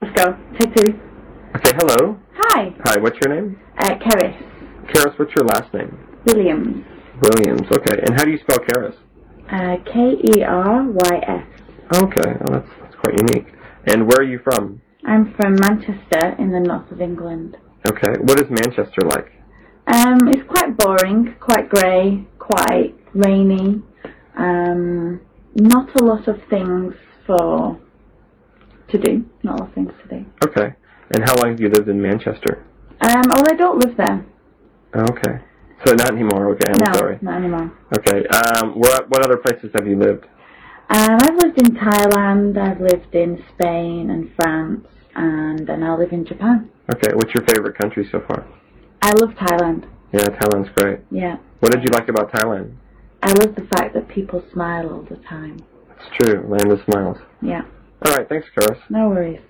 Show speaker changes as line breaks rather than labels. Let's go. Take two.
Okay, hello.
Hi.
Hi, what's your name?
Uh, Keris.
Karis, what's your last name?
Williams.
Williams, okay. And how do you spell Karis?
Uh, K-E-R-Y-S.
Okay, well, that's, that's quite unique. And where are you from?
I'm from Manchester in the north of England.
Okay, what is Manchester like?
Um, it's quite boring, quite grey, quite rainy. Um, not a lot of things for to do. Not a lot of things to do.
Okay. And how long have you lived in Manchester?
Um, well, I don't live there.
Okay. So not anymore, okay,
no,
I'm sorry.
not anymore.
Okay, um, what, what other places have you lived?
Um, I've lived in Thailand. I've lived in Spain and France, and then I live in Japan.
Okay, what's your favorite country so far?
I love Thailand.
Yeah, Thailand's great.
Yeah,
What did you like about Thailand?
I love the fact that people smile all the time.
It's true, land of smiles.
Yeah,
All right, thanks, Karis.
no worries.